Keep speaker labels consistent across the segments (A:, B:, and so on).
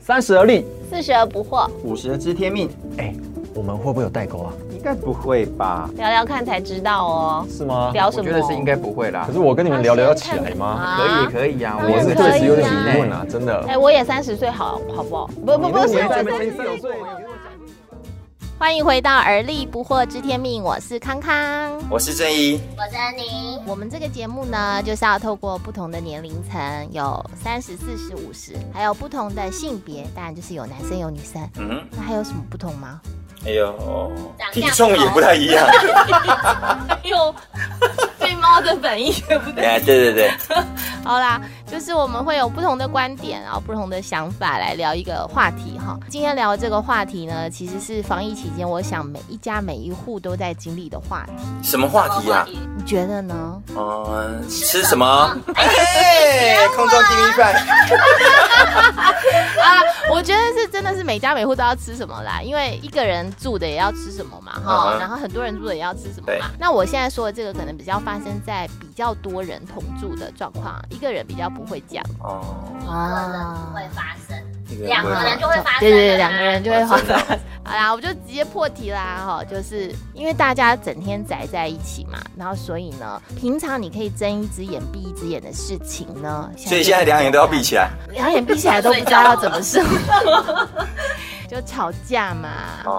A: 三十而立，
B: 四十而不惑，
C: 五十知天命，
A: 哎，我们会不会有代沟啊？
C: 应该不会吧？
B: 聊聊看才知道哦。
A: 是吗？
B: 聊什
C: 啊我
B: 么？
C: 觉得是应该不会啦
A: 可。是我跟你们聊聊要起来吗？
C: 可以可以啊，
B: 当然
A: 我
C: 也
B: 可以
A: 是
B: 啊
A: 确啊实有点疑问啊，真
B: 哎、
A: 的。
B: 我也三十岁，好好不好？不不不是，
A: 你那
B: 我
A: 年
B: 是
A: 纪没三十岁
B: 欢迎回到《而立不惑知天命》，我是康康。
C: 我是正一，
D: 我是你，
B: 我们这个节目呢，就是要透过不同的年龄层，有三十四十五十，还有不同的性别，当然就是有男生有女生。
E: 嗯哼，
B: 那还有什么不同吗？
E: 哎呦，哦
D: 长相
E: 体重也不太一样。
B: 哎呦， 对猫的本意。
E: 哎，对对对，
B: 好啦，就是我们会有不同的观点，然后不同的想法来聊一个话题哈。今天聊这个话题呢，其实是防疫期间，我想每一家每一户都在经历的话题。
E: 什么
D: 哦
E: 话题呀、
B: 你觉得呢？
E: 啊？嗯，吃什么？哎，空中鸡米饭。
B: 啊，我觉得是真的是每家每户都要吃什么啦，因为一个人住的也要吃什么嘛，哈、
E: 嗯哼
B: 然后很多人住的也要吃什么
E: 对
B: 嘛。那我现在说的这个可能比较发生在比较多人同住的状况，一个人比较不会这样
E: 哦，
D: 个人
B: 啊
D: 不会发生，
E: 这个
D: 两个人就会发生。
B: 对对对，两个人就会
E: 啊
B: 划
E: 真的
B: 算。好啦，我就直接破题啦哈，就是因为大家整天宅在一起嘛，然后所以呢，平常你可以睁一只眼闭一只眼的事情呢，
E: 所以现在两眼都要闭起来。
B: 两眼闭起来都不知道要怎么生活，就吵架嘛。
E: 哦，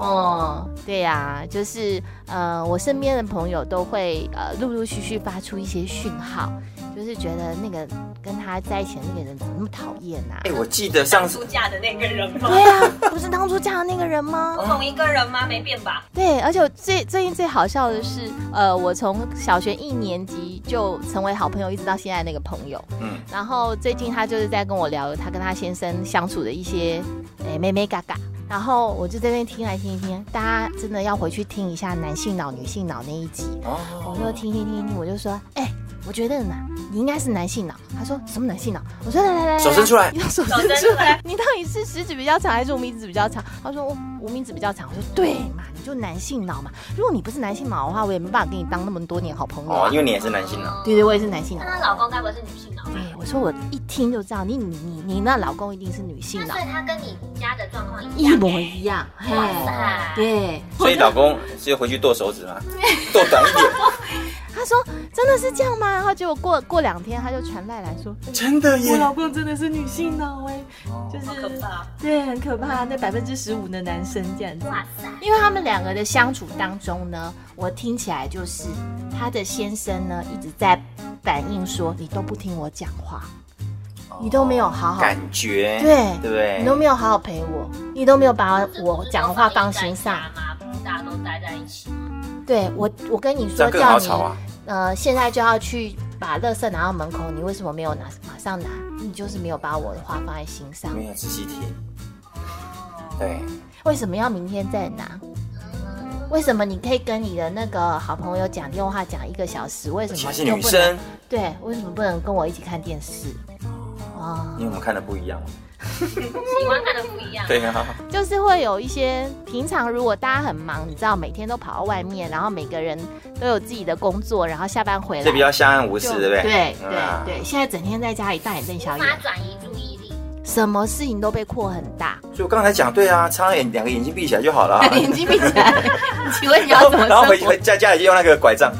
B: 哦，对呀、就是呃，我身边的朋友都会呃，陆陆续续发出一些讯号，就是觉得那个跟他在一起的那个人怎么那么讨厌啊呐、
E: 哎，我记得上次
D: 出嫁的那个人吗？
B: 对呀、不是当初嫁的那个人吗？
E: 哦
D: 同一个人吗？没变吧？
B: 对，而且我最最近最好笑的是，呃，我从小学一年级就成为好朋友，一直到现在那个朋友。
E: 嗯
B: 然后最近他就是在跟我聊他跟他先生相处的一些，诶、妹妹嘎嘎。然后我就在那边听来听一听，大家真的要回去听一下男性脑、女性脑那一集。我就
E: 哦，
B: 听听听听，我就说，哎、我觉得呢，你应该是男性脑。他说什么男性脑？我说来来来来，
E: 手伸出来
B: 用手
D: 手
B: 伸
D: 伸
B: 出
D: 出
B: 来
D: 来。
B: 你到底是食指比较长还是无名指比较长？他说我无名指比较长。我说对嘛，你就男性脑嘛。如果你不是男性脑的话，我也没办法跟你当那么多年好朋友、
E: 哦，
B: 啊。
E: 因为你也是男性啊。
B: 对对，我也是男性脑
D: 那。她老公该不会是女性脑啊吧？
B: 对，我说我一听就知道，你你你你那老公一定是女性
E: 啊
D: 那
B: 脑
D: 所，以她跟你家的状况一
B: 一
D: 样。
B: 模一样。嘿，
D: 哇塞！
B: 对，
E: 所以老公是回去剁手指 嘛，剁短一点。
B: 他说真的是这样吗？然后结果过过两天他就传赖来说，
E: 真的耶
F: 我。老公真的是女性脑哎、就是
D: 好可怕！
F: 对，很可怕，那百分之十五的男生这样子。
D: 哇塞！
B: 因为他们两个的相处当中呢，我听起来就是她的先生呢一直在反映说，你都不听我讲话，你都没有好好
E: 哦感觉，
B: 对
E: 对不对？
B: 你都没有好好陪我，你都没有把我讲的话放心上。
D: 不是大家都待在一起，
B: 对我，我跟你
E: 这
B: 说
E: 样更好
B: 叫你
E: 吵啊。
B: 呃，现在就要去把垃圾拿到门口，你为什么没有拿马上拿？你就是没有把我的话放在心上，
E: 没有仔细听。
B: 哦
E: 对，
B: 为什么要明天再拿？为什么你可以跟你的那个好朋友讲电话讲一个小时？为什
E: 而且
B: 么
E: 还是
B: 就
E: 女
B: 不能
E: 生，
B: 对，为什么不能跟我一起看电视？啊、
E: 因为我们看的不一 样嘛。
D: 喜欢看的不一样。
E: 对啊，
B: 就是会有一些平常如果大家很忙，你知道每天都跑到外面，然后每个人都有自己的工作，然后下班回来
E: 这比较相安无事，
B: 就
E: 对不对？
B: 对
E: 嗯
B: 对对，现在整天在家里大眼瞪小
D: 无法
B: 眼，
D: 转移注意力，
B: 什么事情都被扩很大，
E: 所以我刚才讲对啊，苍眼两个眼睛闭起来就好了 啊。
B: 眼睛闭起来。请问你
E: 然
B: 要
E: 后
B: 怎么
E: 然后回
B: 生活
E: 回？家家里就用那个拐杖，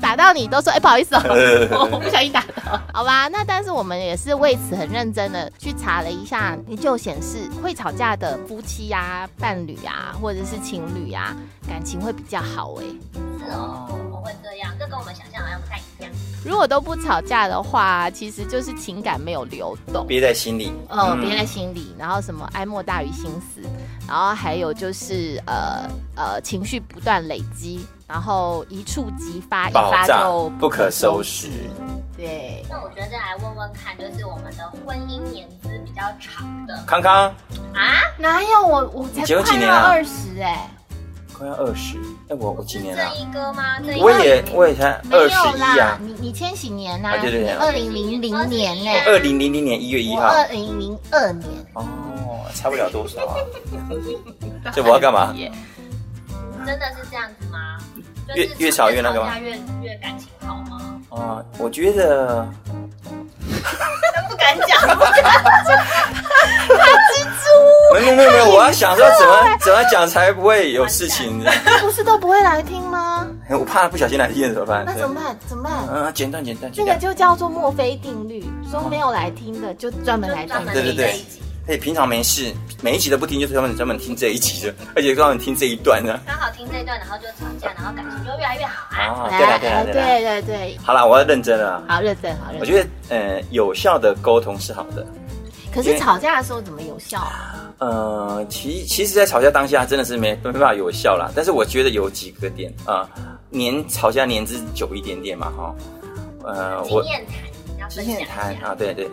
B: 打到你都说哎、不好意思哦、
E: 呃
B: 我哎不小心打到，好吧？那但是我们也是为此很认真的去查了一下，研究显示会吵架的夫妻呀、伴侣啊，或者是情侣啊，感情会比较好哎、
D: 是哦，怎么会这样？这跟我们想象好像不太一样。
B: 如果都不吵架的话，其实就是情感没有流动，
E: 憋在心 里。
B: 呃，憋在心里，然后什么哀莫大于心死，然后还有就是呃呃情绪不断累积，然后一触即发，一
E: 爆
B: 发
E: 炸
B: 就
E: 不可收拾。
B: 对，
D: 那我觉得再来问问看，就是我们的婚姻年资比较长的，
E: 康康
B: 哪有我我才
E: 你结婚几
B: 快
E: 年
B: 要
E: 啊
B: 二十哎。
E: 快要二十，哎，我我几年
D: 正
E: 啊？
D: 义哥吗？正义哥
E: 我也我也才
B: 没
E: 二十
B: 有
E: 一
B: 啦
E: 啊，，
B: 你你千禧年呐、
E: 啊对对对
B: 二零零零年呢、
D: 2001
E: 二零零零年一月一
B: 我
E: 号。
B: 二零零二年，
E: 哦，差不了多少啊。这我要干嘛？
D: 真的是这样子吗？
E: 越
D: 就是
E: 越吵越那个吗
D: 吵架越越感情好吗？
E: 啊，我觉得
D: 不敢讲，
E: 没有没有没有，我要想说怎 么怎么讲才不会有事情。
B: 不是都不会来听吗？
E: 我怕不小心来电怎么办？
B: 那怎么办？怎么办？
E: 嗯，简短简短
B: 这
E: 简
B: 个
E: 短。
B: 就叫做墨菲定律，说没有来听的就专门来
D: 就专
B: 听。
D: 门
E: 对对
D: 听这
E: 对
D: 一集，
E: 哎，平常没事，每一集都不听，就是专门专门听这一集的， 而且专门听这一段的。
D: 刚好听这一段，然后就吵架，然后感情就越来越好啊。
E: 啊，对啦对啦
B: 哎
E: 对啦。
B: 对对对，
E: 好啦，我要认真了啦。
B: 好认真，好认
E: 我
B: 真。
E: 觉得，呃，有效的沟通是好的。
B: 可
E: 因
B: 是
E: 为
B: 吵架的时候怎么有效啊？
E: 呃，其其实，在吵架当下真的是没没办法有效啦。但是我觉得有几个点啊、呃年吵架年资久一点点嘛，哈、呃，我
D: 经验谈，你要
E: 经
D: 分享
E: 验
D: 一
E: 谈
D: 下。
E: 啊，对对。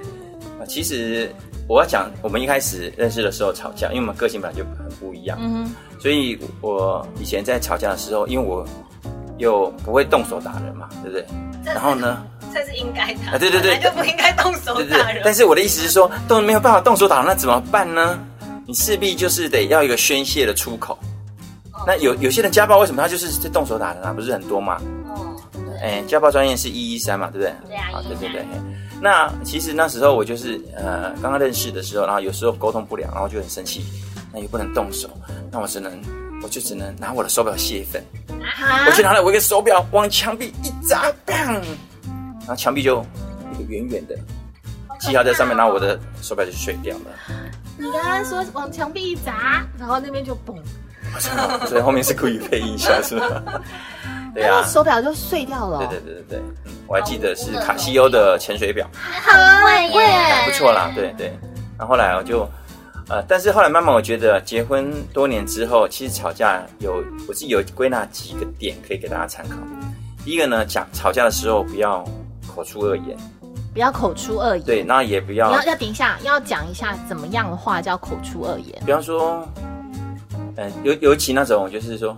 E: 呃其实我要讲，我们一开始认识的时候吵架，因为我们个性本来就很不一样，
B: 嗯哼，
E: 所以我以前在吵架的时候，因为我又不会动手打人嘛，对不对？然后呢，
G: 这是应该的，
E: 啊对对 对
G: 本来就不应该动手
E: 对
G: 打
E: 对，但
G: 人。
E: 是我的意思是说，动没有办法动手打人，那怎么办呢？你势必就是得要一个宣泄的出口。
G: 哦
E: 那有有些人家暴为什么他就是在动手打人啊？不是很多嘛？
D: 哦，
E: 哎、家暴专业是一一三嘛，对不对？
D: 对啊
E: 对对
D: 113
E: 对。嘿那其实那时候我就是呃刚刚认识的时候，然后有时候沟通不良，然后就很生气，那也不能动手，那我只能我就只能拿我的手表泄愤，我就拿了我一个手表往墙壁一砸，砰，然后墙壁就一个圆圆的记号在上面，然后我的手表就碎掉了。
B: 你刚刚说往墙壁一砸，然后那边就嘣，
E: 我操！所以后面是故意配音一下是吧？ 对
B: 那
E: 啊，
B: 手表就碎掉了
E: 对
B: 哦。
E: 对对对对，嗯我还记得是卡西欧的潜水表。
D: 很贵耶，
E: 哎
B: 哎
E: 不错啦，对对。然后后来我就，呃，但是后来慢慢我觉得，结婚多年之后，其实吵架有我自己有归纳几个点可以给大家参考。第一个呢，讲吵架的时候不要口出恶言，
B: 不要口出恶言。
E: 对，那也不
B: 你
E: 要
B: 要要等一下，要讲一下怎么样的话叫口出恶言。
E: 比方说，嗯、尤尤其那种就是说，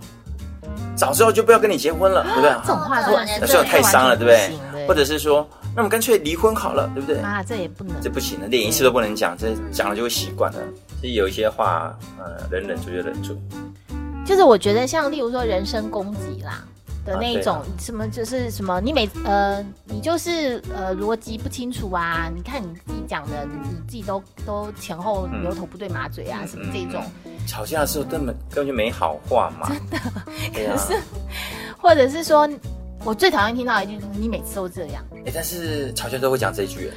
E: 早知道就不要跟你结婚了，对不对？
B: 啊这种话说
D: 这
E: 那时候太伤了，对不对？或
B: 或者
E: 者是说，那我们干脆离婚好了，对不对？
B: 啊，这也不能
E: 这不行的，连一次都不能讲，这讲了就会习惯了。其实有一些话，呃，忍忍住就忍住。
B: 就是我觉得像例如说人身攻击啦的那一种，
E: 啊
B: 什么就是什么，你每呃你就是呃逻辑不清楚啊，你看你自己讲的，你自己都都前后
E: 嗯
B: 牛头不对马嘴啊，什么这种，
E: 吵架的时候根本根本就没好话嘛，真的。对啊，
B: 或者是说我最讨厌听到一句就是你每次都这样，
E: 哎、但是吵架都会讲这句。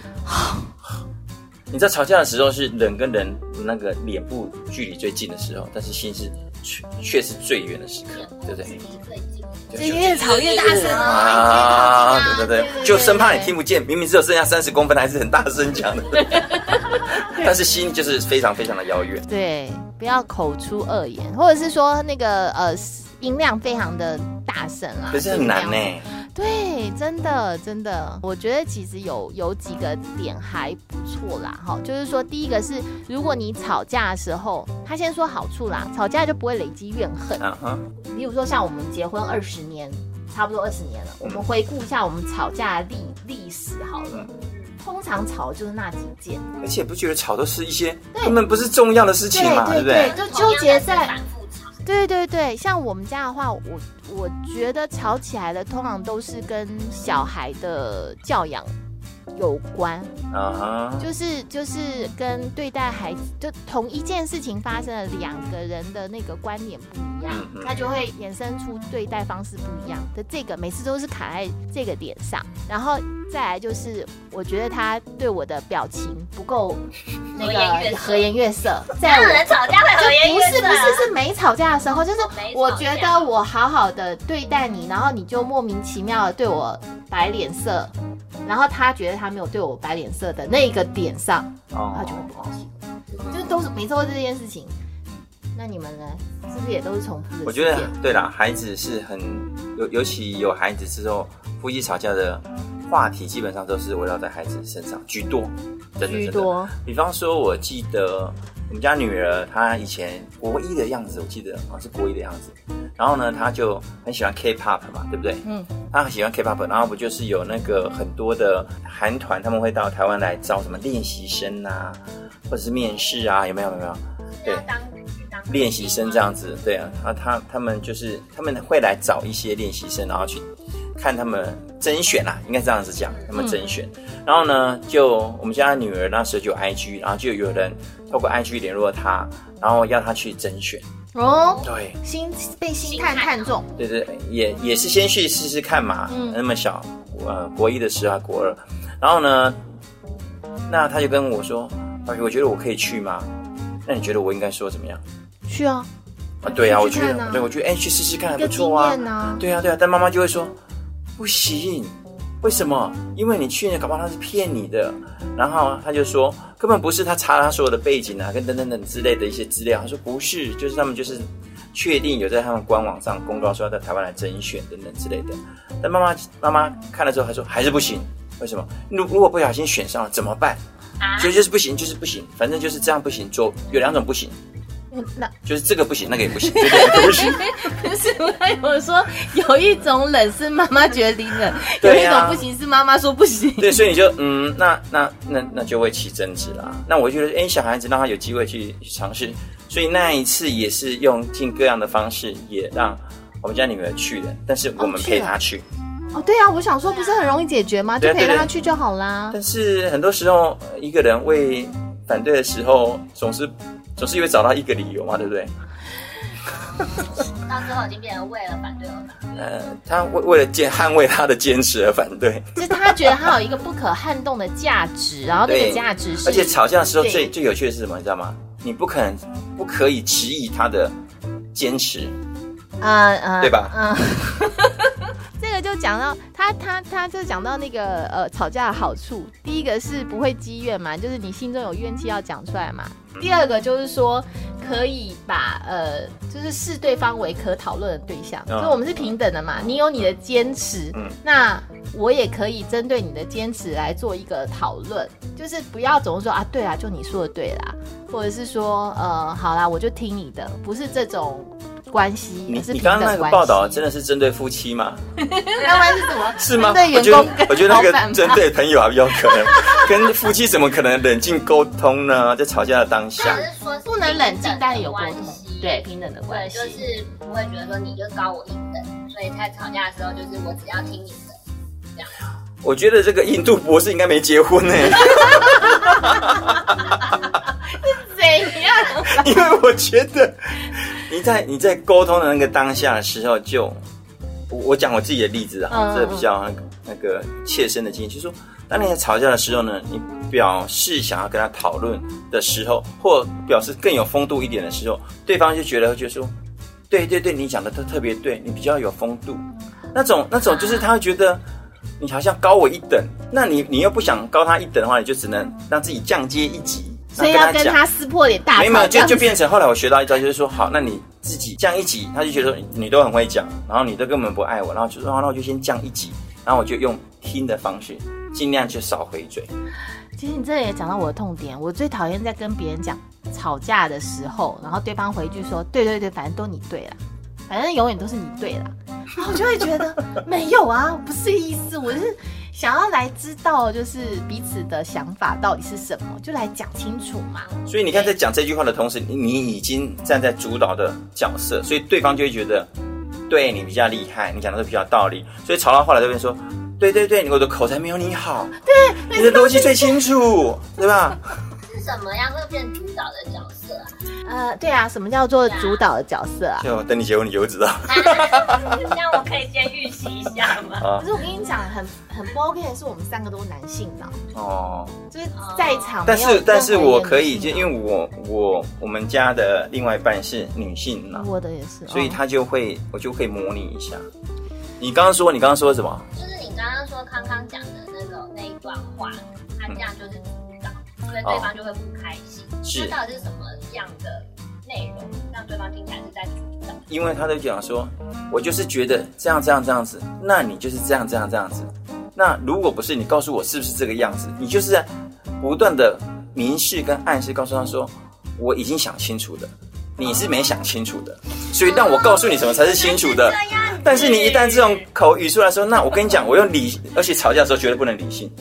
E: 你在吵架的时候是人跟人那个脸部距离最近的时候，但是心是却却是最远的时刻，对不对？
D: 离最近，
E: 对啊就
B: 越吵越大声
E: 啊，对对
B: 对对
E: 对，就生怕你听不见，明明只有剩下三十公分，还是很大声讲的， 但是心就是非常非常的遥远。
B: 对，不要口出恶言，或者是说那个呃音量非常的大声啦，
E: 可是很难呢、
B: 尽量对，真的真的，我觉得其实有有几个点还不错啦，哈，就是说第一个是，如果你吵架的时候，他先说好处啦，吵架就不会累积怨恨。
E: 啊哈，
B: 例如说像我们结婚二十年，差不多二十年了，我们回顾一下我们吵架的历历史好了，通常吵就是那几件，
E: 而且不觉得吵都是一些根本不是重要的事情嘛，
B: 对
E: 对
B: 对
E: 不对？
B: 就纠结在
D: 反复吵，
B: 对对对，像我们家的话，我我觉得吵起来的通常都是跟小孩的教养有关。
E: 啊哈，
B: 就是就是跟对待孩子，就同一件事情发生了两个人的那个观点不一样
E: 嗯嗯，
B: 他就会衍生出对待方式不一样的这个，每次都是卡在这个点上。然后再来就是，我觉得他对我的表情不 够那
D: 和颜悦
B: 个
D: 色
B: 和颜悦 色，在
D: 让
B: 我
D: 人吵架会和颜
B: 不
D: 悦
B: 是
D: 色
B: 不
D: 啊。
B: 是是没吵架的时候，就是
D: 没吵架
B: 我觉得我好好的对待你，然后你就莫名其妙的对我摆脸色，然后他觉得他没有对我摆脸色的那个点上，他
E: 哦
B: 就会不高兴，就是都是每次都是这件事情。那你们呢？是不是也都是重复的？
E: 我觉得，对啦，孩子是很尤尤其有孩子之后，夫妻吵架的话题基本上都是围绕在孩子身上居多，真的真的
B: 居多。
E: 比方说，我记得我们家女儿她以前国一的样子，我记得好像是国一的样子。然后呢，她就很喜欢 K-pop 嘛，对不对？
B: 嗯，
E: 她啊很喜欢 K-pop，然后不就是有那个很多的韩团，他们会到台湾来招什么练习生啊，或者是面试啊，有没有？有没有？对
D: 要当去当
E: 练习生这样子，对啊，他他他们就是他们会来找一些练习生，然后去看他们甄选啦、应该这样子讲，他们甄选。然后呢，就我们家女儿那时候就有 IG，然后就有人透过 IG 联络他，然后要他去甄选。
B: 哦，
E: 对
B: 星被星探看中，
E: 对对，也也是先去试试看嘛。
B: 嗯
E: 那么小，呃，国一的时候，国二，然后呢，那他就跟我说：“老师，我觉得我可以去吗？”那你觉得我应该说怎么样？
B: 去啊，
E: 啊，对啊，我
B: 试
E: 觉
B: 试看啊
E: 得，对，我觉得，哎，去试试看还
B: 一个
E: 不
B: 经
E: 错啊
B: 验。啊。
E: 对啊，对啊，但妈妈就会说不行，为什么？因为你去年搞不好他是骗你的。然后他就说根本不是，他查了他所有的背景啊，跟等等等之类的一些资料。他说不是，就是他们就是确定有在他们官网上公告说要在台湾来甄选等等之类的。但妈妈妈妈看了之后，她说还是不行，为什么？如如果不小心选上了怎么办？所以就是不行，就是不行，反正就是这样不行。左有两种不行，
B: 嗯那
E: 就是这个不行，那个也不行，这个也不行。
B: 可是我有说有一种冷是妈妈觉得你 冷，有
E: 对
B: 一种
E: 啊
B: 不行是妈妈说不行。
E: 对，所以你就嗯，那那那那就会起争执啦。那我就觉得，哎、小孩子让他有机会去去尝试，所以那一次也是用尽各样的方式，也让我们家女儿去了，但是我们
B: 哦去
E: 陪
B: 了
E: 她去。
B: 哦，对啊，我想说不是很容易解决吗？
E: 对
B: 就
E: 啊
B: 可以让
E: 对对
B: 他去就好啦。
E: 但是很多时候，呃一个人为反对的时候，总是总是会找到一个理由嘛，对不对？
D: 到最后已经变成为了反对而反
E: 呃，他为为了坚捍卫他的坚持而反对，
B: 就是他觉得他有一个不可撼动的价值，然后那个
E: 对
B: 价值是，
E: 而且吵架的时候
B: 对
E: 最最有趣的是什么，你知道吗？你不可能不可以质疑他的坚持。
B: 呃呃，
E: 对吧
B: 嗯。 这个就讲到他他他就讲到那个呃吵架的好处，第一个是不会积怨嘛，就是你心中有怨气要讲出来嘛。
E: 嗯
B: 第二个就是说可以把呃就是视对方为可讨论的对象，
E: 嗯
B: 就我们是平等的嘛，你有你的坚持，
E: 嗯
B: 那我也可以针对你的坚持来做一个讨论，就是不要总是说啊对啊，就你说的对啦，或者是说呃好啦，我就听你的，不是这种。关系
E: 你
B: 而是
E: 你
B: 平
E: 刚刚
B: 等
E: 那
B: 关
E: 个
B: 系。
E: 报道真的是针对夫妻 吗？
B: 那万是什么？
E: 是吗？
B: 针对
E: 我
B: 员
E: 觉得
B: 工跟
E: 我觉得那
B: 老板
E: 个
B: 吗
E: 针对朋友还比较可能，跟夫妻怎么可能冷静沟通呢？在吵架的当
D: 对，
E: 下
D: 只，是说是
B: 啊不能冷静，但有沟
D: 关
B: 通
D: 系，，
B: 对平等的
D: 对，
B: 关系。
D: 就是不会觉得说你就高我一等，所以在吵架的时候就是我只要听你的。
E: 我觉得这个印度博士应该没结婚呢、
B: 怎样？
E: 因为我觉得你在你在沟通的那个当下的时候就，我我讲我自己的例子啊
B: 嗯，
E: 这比较那个那个切身的经验，就是说，当你在吵架的时候呢，你表示想要跟他讨论的时候，或表示更有风度一点的时候，对方就觉得就说，对对对，你讲的都特别对，你比较有风度，那种那种就是他会觉得。你好像高我一等，那你你又不想高他一等的话，你就只能让自己降阶一级，
B: 所以
E: 然
B: 要
E: 后
B: 跟
E: 讲
B: 他撕破脸大吵
E: 没有，没有
B: 这
E: 就
B: 样子
E: 就变成后来我学到一招，就是说，好，那你自己降一级，他就觉得你你都很会讲，然后你都根本不爱我，然后就说，啊那我就先降一级，然后我就用听的方式，尽量就少回嘴。
B: 其实你这也讲到我的痛点，我最讨厌在跟别人讲吵架的时候，然后对方回一句说：“对对对，反正都你对啦，反正永远都是你对啦。”然后我就会觉得没有啊，不是意思，我是想要来知道就是彼此的想法到底是什么，就来讲清楚嘛。
E: 所以你看，在讲这句话的同时，你你已经站在主导的角色，所以对方就会觉得对你比较厉害，你讲的都比较有道理，所以吵到后来这边说。对对对，我的口才没有你好，对，你的逻辑最清楚，对吧？
D: 是什么样会变主导的角色 啊？
B: 呃，对啊，什么叫做主导的角色啊？
E: 就等你结婚你就会知道
G: 这样我可以先预习一下吗？
E: 啊
B: 可。是我跟你讲，很很不 OK 的是，我们三个都是男性脑，
E: 哦，
B: 就是在场没
E: 但
B: 有任何一个女性
E: 是
B: 脑。
E: 但是我可以，就因为我我我们家的另外一半是女性嘛，
B: 我的也是，
E: 所以
B: 哦
E: 她就会我就可以模拟一下。你刚刚说你刚刚说什么？
D: 就是你刚刚说康康讲的那个那一段话，他这样就是主导，所以对方就会不开心。
E: 是
D: 那到哦底是什么样的内容让对方听起来是在主导？
E: 因为她都讲说，我就是觉得这样这样这样子，那你就是这样这样这样子。那如果不是你告诉我是不是这个样子，你就是在不断的明示跟暗示告诉她说，我已经想清楚了，你是没想清楚的，所以让我告诉你什么才是清楚
D: 哦
E: 的。但是你一旦
D: 啊
E: 这种口语出来说，那我跟你讲，我用理，而且吵架的时候绝对不能理性，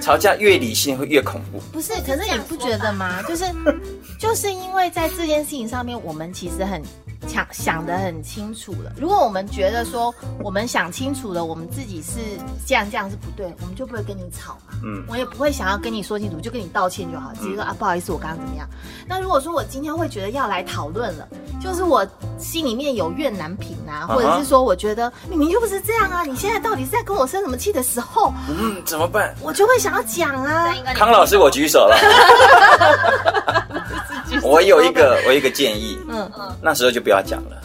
E: 吵架越理性会越恐怖。
B: 不是，可是你不觉得吗？就是就是因为在这件事情上面，我们其实很想想得很清楚了。如果我们觉得说我们想清楚了，我们自己是这样这样是不对，我们就不会跟你吵嘛。
E: 嗯
B: 我也不会想要跟你说清楚，就跟你道歉就好，直接说
E: 嗯
B: 啊不好意思，我刚刚怎么样。那如果说我今天会觉得要来讨论了，就是我心里面有怨难平啊，
E: 哈
B: 或者是说我觉得明明就不是这样啊，你现在到底是在跟我生什么气的时候，
E: 嗯，怎么办？
B: 我就会想要讲啊。
E: 康老师，
D: 嗯
E: 我举手了。我有一个，我有一个建议，
B: 嗯，
E: 那时候就不要讲了。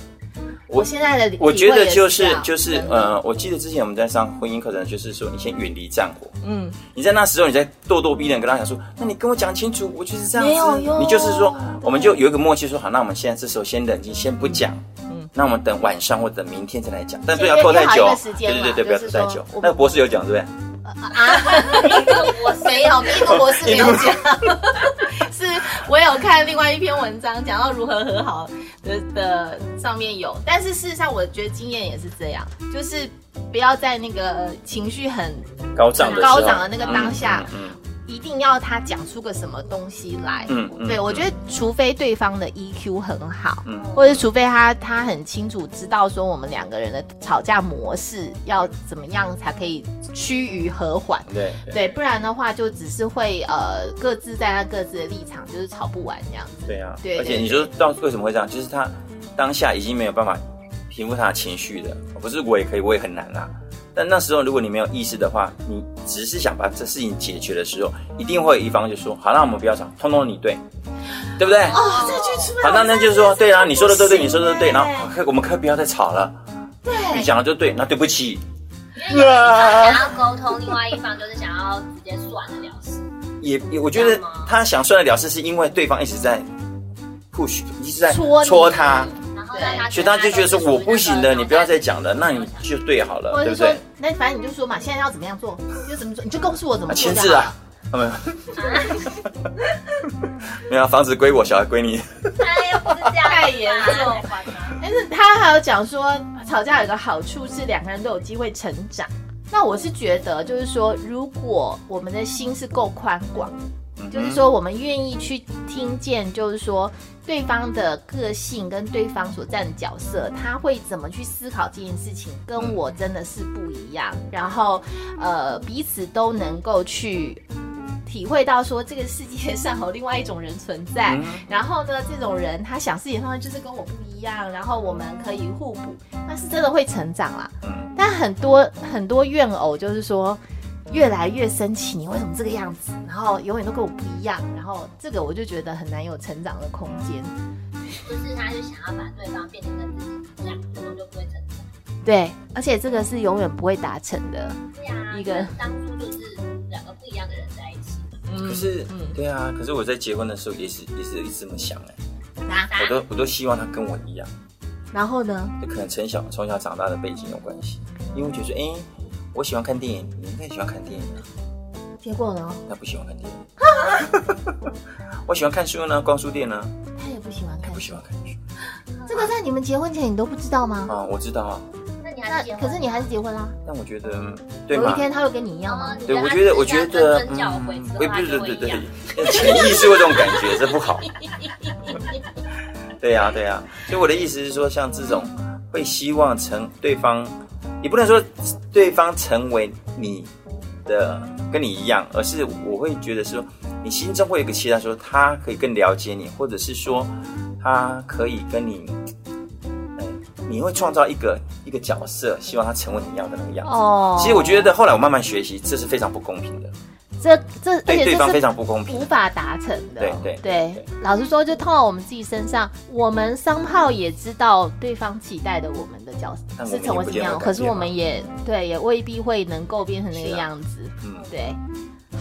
B: 我现在的
E: 我
B: 体
E: 觉
B: 会
E: 得
B: 也
E: 就是
B: 这样嗯
E: 就是
B: 真的
E: 呃，我记得之前我们在上婚姻课程，就是说你先远离战火。
F: 嗯，
E: 你在那时候你在咄咄逼人，跟他讲说，那你跟我讲清楚，我就是这样
B: 没有
E: 子
B: 用。
E: 你就是说，我们就有一个默契说好，那我们现在这时候先冷静，先不讲。嗯，那我们等晚上或者等明天再来讲，但不要
B: 先约
E: 拖太
B: 定好
E: 久啊
B: 一个时。间
E: 对
B: 嘛
E: 对对，不要拖太
B: 就是
E: 久
B: 说我。们
E: 那个博士有讲对不对？
B: 我没有，那个博士没有讲， 是我有看另外一篇文章，讲到如何和好的的上面有，但是事实上我觉得经验也是这样，就是不要在那个情绪很
E: 高涨的时候
B: 高涨的那个当下，
E: 嗯嗯嗯
B: 一定要他讲出个什么东西来。
E: 嗯嗯
B: 对
E: 嗯
B: 我觉得，除非对方的 EQ 很好，
E: 嗯
B: 或者除非他他很清楚知道说我们两个人的吵架模式要怎么样才可以趋于和缓。
E: 嗯对对
B: 对，不然的话就只是会呃各自站在各自的立场，就是吵不完这样子。
E: 对啊，
B: 对
E: 而且
B: 对
E: 你说到为什么会这样，就是他当下已经没有办法平复他的情绪了。不是我也可以，我也很难啦、但那时候如果你没有意识的话，你只是想把这事情解决的时候，一定会有一方就说：“好，那我们不要吵，通通你对，对不对？”
B: 哦，这句出
E: 好，那那就是说，对啊，你说的都对，你说的都对，
B: 不
E: 然
B: 行哎
E: 后可我们可以不要再吵了。对，你讲的就对，那对不起，啊
D: 想要沟通，另外一方就是想要直接算了了事。
E: 也也我觉得
D: 干嘛
E: 他想算得了事，是因为对方一直在 push，一直在
B: 戳你嗯
E: 戳他，
D: 然后让他
E: 所以他就觉得说我不行了，你不要再讲了，那你就对好了，
B: 或者
E: 对
B: 是
E: 不
B: 说
E: 对？，
B: 那反正你就说嘛，现在要怎么样做，你就怎么做，你就告诉我怎么
E: 啊，
B: 做
E: 签
B: 就好
E: 字
B: 了。
E: 啊，他们没有啊房子归我，小孩归你，
D: 哎呀，不是 这样，
B: 太严重了 但是他还有讲说，吵架有个好处是两个人都有机会成长。那我是觉得，就是说，如果我们的心是够宽广，
E: 嗯
B: 就是说我们愿意去听见，就是说对方的个性跟对方所占的角色，他会怎么去思考这件事情，跟我真的是不一样。然后，呃，彼此都能够去体会到说这个世界上有另外一种人存在，
E: 嗯
B: 然后呢，这种人他想事情的方式就是跟我不一样，然后我们可以互补，那是真的会成长啦。
E: 嗯
B: 但很多很多怨偶就是说。越来越生气，你为什么这个样子？然后永远都跟我不一样，然后这个我就觉得很难有成长的空间。
D: 就是他就想要把对方变成跟自己一样，最后就不会成长。
B: 对，而且这个是永远不会达成的。
D: 对啊，
B: 一个
D: 当初就是两个不一样的人在一起，
E: 可
B: 嗯
E: 是对啊，可是我在结婚的时候也是也是一直这么想哎，
D: 渣
E: 我都我都希望他跟我一样，
B: 然后呢？
E: 这可能从小从小长大的背景有关系，因为我觉得哎，我喜欢看电影，你应该喜欢看电影啊，
B: 结果呢？
E: 那不喜欢看电影， 我喜欢看书呢，逛书店呢，
B: 他也不喜欢看
E: 不。喜欢看书
B: 这个在你们结婚前你都不知道吗？
E: 啊，我知道啊，
D: 那你
B: 那
D: 还是结婚
B: 可是你还是结婚啦。
E: 但我觉得嗯对
B: 有
E: 吗
B: 一？天他会跟你一样吗？
E: 对，我觉得，我觉得，嗯
D: 真叫我回之后，
E: 我也
D: 他
E: 不是
D: 就会
E: 对
D: 一
E: 对
D: 样。
E: 对，潜意识会这种感觉，这不好。对呀、对呀、所以我的意思是说，像这种会希望成对方，也不能说对方成为你的跟你一样，而是我会觉得说，你心中会有一个期待，说他可以更了解你，或者是说他可以跟你，哎，你会创造一个一个角色，希望他成为你要的那个样子。
B: 哦
E: 其实我觉得后来我慢慢学习，这是非常不公平的，
B: 这这，而
E: 对
B: 且
E: 对
B: 这
E: 方非
B: 是
E: 常不公平
B: 无。法达成的。
E: 对对对
B: 老实说，就套到我们自己身上，我们商号也知道对方期待的我们的角色
E: 但我
B: 是
E: 们
B: 成为什么
E: 也
B: 样，
E: 不见得改变嘛
B: 可是我们也对，也未必会能够变成那
E: 是
B: 个
E: 啊
B: 样子。
E: 嗯，
B: 对，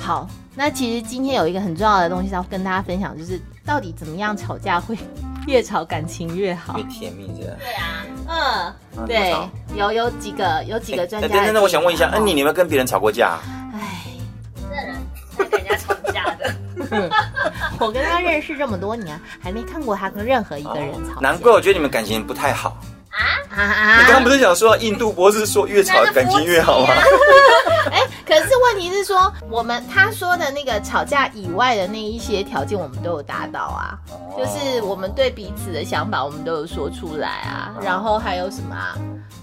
B: 好，那其实今天有一个很重要的东西要跟大家分享，就是到底怎么样吵架会越吵感情越好
E: 嗯越。甜蜜这样。
D: 对啊，
B: 嗯，
E: 嗯
B: 对
E: 怎么，
B: 有有几个有几个专家
E: 哎
B: 的建议啊。
E: 等等等，我想问一下，嗯，你有没有跟别人吵过架？
B: 哎，
D: 这人在跟人家吵架 的，
B: 我跟他认识这么多年，还没看过他跟任何一个人吵架。
E: 哦难怪我觉得你们感情不太好。
B: 啊啊！ 啊
E: 你刚刚不是讲说印度博士说越吵感情越好吗？
B: 哎可是问题是说，我们他说的那个吵架以外的那一些条件，我们都有达到啊。
D: 哦
B: 就是我们对彼此的想法，我们都有说出来啊。然后还有什么啊？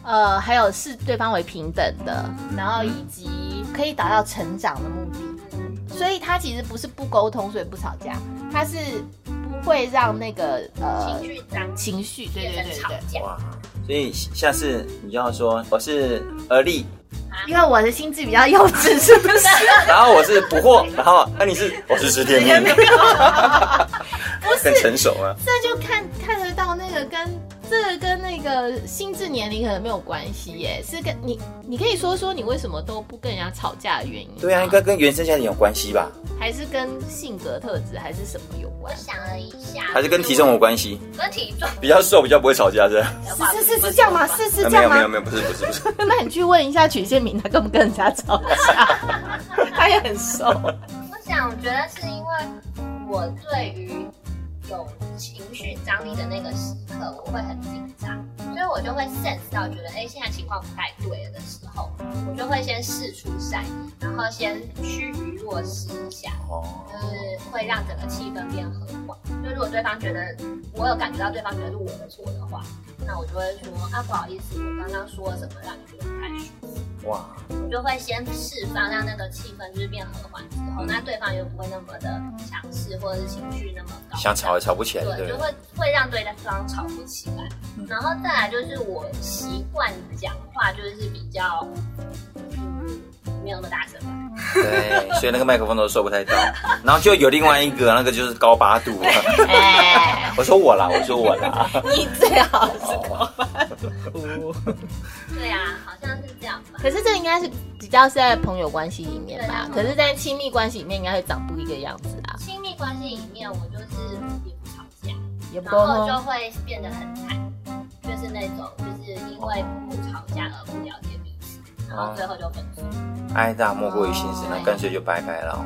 B: 呃，还有视对方为平等的，然后以及可以达到成长的目的。所以他其实不是不沟通，所以不吵架，他是不会让那个呃
D: 情绪张
B: 情绪，对
D: 变
B: 对
D: 成
B: 对
D: 吵
B: 对。
D: 架，
E: 哇，所以下次你要说我是而立，
B: 因为我的心智比较幼稚，是不是？
E: 然后我是捕获，然后那你是我是石天命，
B: 不
E: 更
B: 是，
E: 成熟啊。
B: 这就看看得到那个跟这个跟那个心智年龄可能没有关系耶，是跟你你可以说说你为什么都不跟人家吵架的原因吗？
E: 对啊，应该跟原生家庭有关系吧？
B: 还是跟性格特质还是什么有
D: 我
B: 关？
D: 想了一下，
E: 还是跟体重有关系？
D: 跟体重
E: 比较瘦，比较不会吵架，是吧？
D: 的话，
B: 是是是是这样吗？是是
E: 啊
B: 这
E: 没
B: 样
E: 有没有
B: 吗？
E: 没有，不是不是不 是，
B: 那你去问一下曲宪明，他跟不跟人家吵架？ 他也很瘦。
D: 我想，我觉得是因为我对于有情绪张力的那个时刻，我会很紧张，所以我就会 sense 到，觉得哎，现在情况不太对了的时候，我就会先试出善意，然后先趋于弱势一下，
E: 哦，
D: 就是会让整个气氛变和缓。就如果对方觉得我有感觉到对方觉得是我的错的话，那我就会说啊，不好意思，我刚刚说了什么让你觉得不太舒服。
E: 哇，
D: 就会先释放，让那个气氛就是变和缓之
E: 嗯
D: 后，那对方又不会那么的强势，或者是情绪那么高涨，
E: 想吵也吵不起来，
D: 对，
E: 对嗯
D: 就
E: 不对？
D: 会会让对方吵不起来。然后再来就是我习惯讲话就是比较，嗯，没有那么大声吧，
E: 对，所以那个麦克风都收不太到，然后就有另外一个，那个就是高八度。啊
B: 哎，
E: 我说我啦，我说我啦，
B: 你最好是。
E: 哦
D: 对啊，好像是这样吧。
B: 可是这应该是比较是在朋友关系里面吧？
D: 对
B: 可是，在亲密关系里面应该会长不一个样子啊，
D: 亲密关系里面，我就是也不吵架，
B: 也不
D: 然
B: 沟
D: 后就
B: 通。
D: 会变得很惨，就是那种就是因为不吵架而不了解彼此，然
E: 哦
D: 后最后就分手。
E: 爱大莫过于心死，那干脆就拜拜了。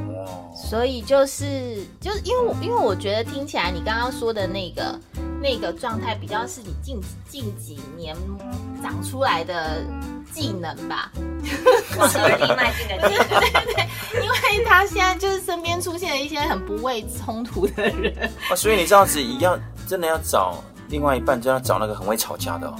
E: 哦，
B: 所以就是就是因为我因为我觉得听起来你刚刚说的那个那个状态比较是你近近几年长出来的技能 吧，
G: 往而立迈进的地方。
B: 因为他现在就是身边出现了一些很不畏冲突的人，
E: 哇所以你这样子一样，真的要找另外一半，就要找那个很会吵架的哦，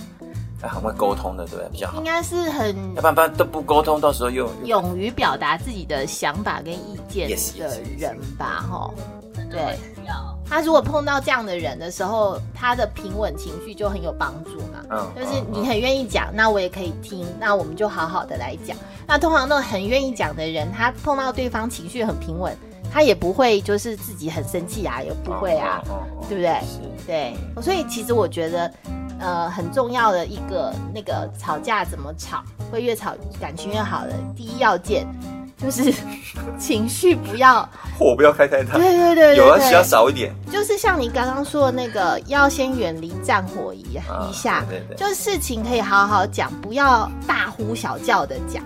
E: 哎，很会沟通的，对不对？比较好
B: 应，该是很
E: 要不然不然都不沟通，到时候又又
B: 勇于表达自己的想法跟意见
E: Yes, yes,
B: 的人吧，吼。
D: 可能
B: 对
D: 会需要
B: 他如果碰到这样的人的时候，他的平稳情绪就很有帮助嘛。
E: 嗯
B: 就是你很愿意讲，那我也可以听，那我们就好好的来讲。那通常那种很愿意讲的人，他碰到对方情绪很平稳，他也不会就是自己很生气啊，也不会啊，，
E: 嗯嗯嗯嗯
B: 对不对？
E: 是
B: 对，
E: 哦
B: 所以其实我觉得，呃，很重要的一个那个吵架怎么吵，会越吵感情越好的第一要件，就是 情绪不要，
E: 火不要开太大
B: 对，对对对对，
E: 有啊，需要少一点
B: 就是像你刚刚说的那个，要先远离战火一
E: 啊
B: 一下，
E: 对对对，
B: 就事情可以好好讲，不要大呼小叫的讲。